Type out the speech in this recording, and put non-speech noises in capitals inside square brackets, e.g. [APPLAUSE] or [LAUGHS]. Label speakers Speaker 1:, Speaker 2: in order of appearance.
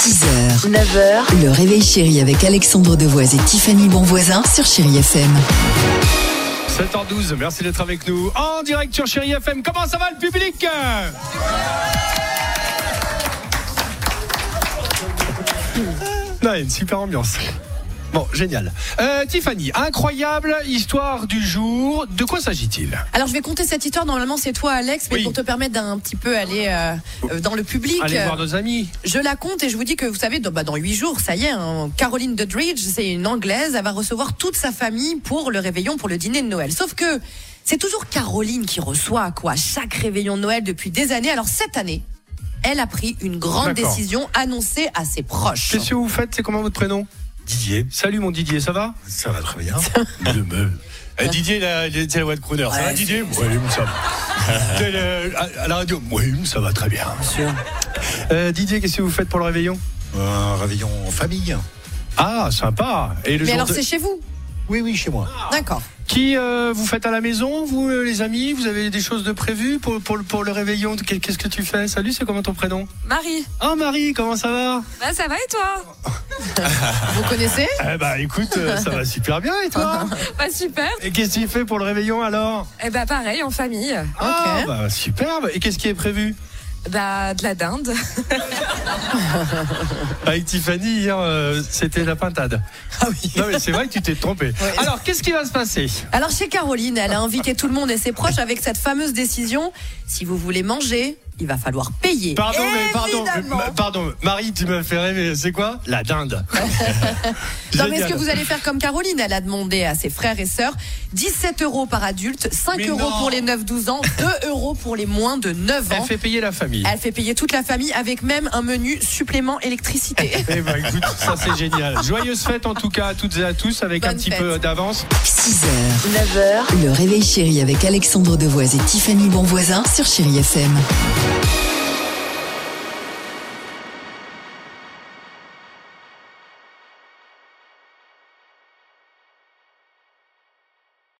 Speaker 1: 6h, 9h, le réveil chéri avec Alexandre Devoise et Tiffany Bonvoisin sur Chéri FM.
Speaker 2: 7h12, merci d'être avec nous en direct sur Chéri FM. Comment ça va le public Non, il y a une super ambiance. Bon, génial. Euh, Tiffany, incroyable histoire du jour. De quoi s'agit-il
Speaker 3: Alors je vais compter cette histoire. Normalement c'est toi Alex, mais
Speaker 2: Oui. Oh.
Speaker 3: pour te permettre d'un petit peu aller euh, euh, dans le public.
Speaker 2: Allez
Speaker 3: euh,
Speaker 2: voir nos amis.
Speaker 3: Je la compte et je vous dis que vous savez, dans, bah, dans 8 jours, ça y est, hein, Caroline Dudridge, c'est une Anglaise, elle va recevoir toute sa famille pour le réveillon, pour le dîner de Noël. Sauf que c'est toujours Caroline qui reçoit, quoi, chaque réveillon de Noël depuis des années. Alors cette année, elle a pris une grande
Speaker 2: D'accord.
Speaker 3: décision annoncée à ses proches.
Speaker 2: Qu'est-ce que vous faites C'est comment votre prénom
Speaker 4: Didier,
Speaker 2: Salut mon Didier, ça va
Speaker 4: ça va très bien. Le me- Eh, Didier, la, c'est la voix de crooner. Ça va, Didier Oui, ça
Speaker 2: [LAUGHS]
Speaker 4: va. T'es le- à, à la radio Oui, ça va très bien.
Speaker 2: Euh, Didier, qu'est-ce que vous faites pour le réveillon
Speaker 4: Un réveillon en famille
Speaker 2: Ah, sympa. Et le
Speaker 3: Mais
Speaker 2: jour
Speaker 3: alors
Speaker 2: de- Ah.
Speaker 3: c'est chez vous
Speaker 4: Oui, oui, chez moi.
Speaker 3: D'accord.
Speaker 2: Qui euh, vous faites à la maison, vous euh, les amis Vous avez des choses de prévues pour, pour, le- pour le réveillon Qu'est- Qu'est-ce que tu fais Salut, c'est comment ton prénom
Speaker 5: Marie,
Speaker 2: Ah Marie, comment ça va
Speaker 5: bah ça va et toi
Speaker 3: Vous
Speaker 2: [LAUGHS]
Speaker 3: connaissez
Speaker 2: Eh bah écoute, euh, ça va super bien
Speaker 3: [LAUGHS]
Speaker 2: et toi
Speaker 5: Bah super
Speaker 2: Et qu'est-ce que tu fais pour le réveillon alors
Speaker 5: Et bah pareil en famille,
Speaker 2: Ah bah superbe Et qu'est-ce qui est prévu
Speaker 5: bah de la dinde.
Speaker 2: Avec Tiffany hier, euh, c'était la pintade.
Speaker 3: Ah oui.
Speaker 2: Non mais c'est vrai que tu
Speaker 3: [LAUGHS]
Speaker 2: t'es trompé. Alors qu'est-ce qui va se passer
Speaker 3: Alors chez Caroline, elle a invité tout le monde et ses proches avec cette fameuse décision. Si vous voulez manger, il va falloir payer.
Speaker 2: Pardon, mais pardon, Euh,
Speaker 3: Évidemment.
Speaker 2: mais- pardon, Marie, tu m'as fait rêver. C'est quoi
Speaker 3: [LAUGHS]
Speaker 2: La dinde.
Speaker 3: Non mais est-ce que
Speaker 2: Génial.
Speaker 3: vous allez faire comme Caroline Elle a demandé à ses frères et sœurs 17 euros par adulte, 5
Speaker 2: Mais
Speaker 3: euros
Speaker 2: non.
Speaker 3: pour les 9-12 ans,
Speaker 2: [LAUGHS]
Speaker 3: 2 euros pour les moins de 9
Speaker 2: Elle
Speaker 3: ans.
Speaker 2: fait payer la famille.
Speaker 3: Elle fait payer toute la famille avec même un menu supplément électricité.
Speaker 2: Eh ben écoute, ça c'est génial. Joyeuse fête en tout cas à toutes et à tous avec un
Speaker 3: Bonne
Speaker 2: petit
Speaker 3: fête.
Speaker 2: peu d'avance.
Speaker 1: 6h, 9h, le réveil chéri avec Alexandre Devoise et Tiffany Bonvoisin sur Chéri FM.